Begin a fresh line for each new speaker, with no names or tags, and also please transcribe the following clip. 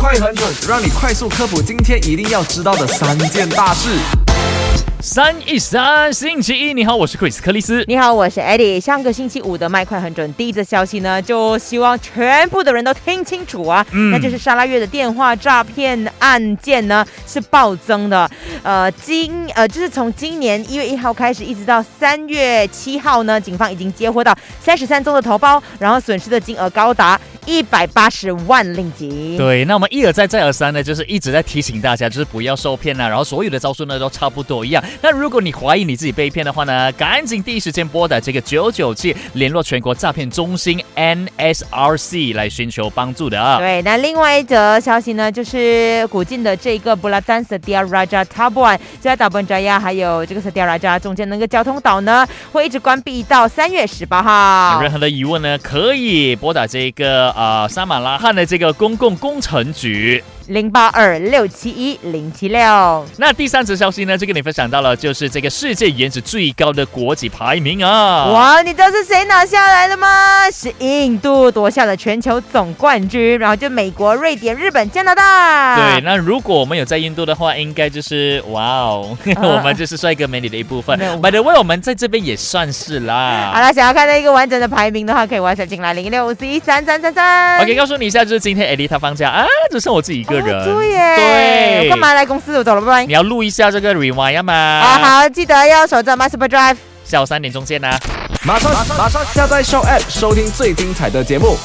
快很准，让你快速科普今天一定要知道的三件大事。
三一三，星期一，你好，我是克里斯克里斯。
你好，我是 Eddie。上个星期五的麦快很准第一则消息呢，就希望全部的人都听清楚啊，
嗯
那就是沙拉越的电话诈骗案件呢是暴增的。呃，今呃就是从今年一月一号开始，一直到三月七号呢，警方已经接获到三十三宗的投报，然后损失的金额高达一百八十万令吉。
对，那我们一而再再而三呢，就是一直在提醒大家，就是不要受骗啊。然后所有的招数呢都差不多一样。那如果你怀疑你自己被骗的话呢，赶紧第一时间拨打这个九九七联络全国诈骗中心 NSRC 来寻求帮助的啊。
对，那另外一则消息呢，就是古晋的这个布拉丹 s a d i a Raja Tabuan 就在达本扎亚还有这个 s a d i a Raja 中间那个交通岛呢，会一直关闭到三月十八号
有。任何的疑问呢，可以拨打这个呃沙马拉罕的这个公共工程局。
零八二六七一零七六。
那第三则消息呢，就跟你分享到了，就是这个世界颜值最高的国籍排名啊。
哇，你知道是谁拿下来的吗？是印度夺下了全球总冠军，然后就美国、瑞典、日本、加拿大。
对，那如果我们有在印度的话，应该就是哇哦， 我们就是帅哥美女的一部分
啊没有。啊
By the way，我们在这边也算是
好
啦。
了，想要看到一个完整的排名的话，可以完成进来零六五四一三三三三。
OK，告诉你一下，就是今天 Elita 放假啊，只剩我自己一个人。
哦对耶，
对
我干嘛来公司？我走了，拜拜
你。要录一下这个 rewind 嘛？
啊，好，记得要守着 Master Drive。
下午三点钟见啦、啊
马上马上下载 Show App 收听最精彩的节目，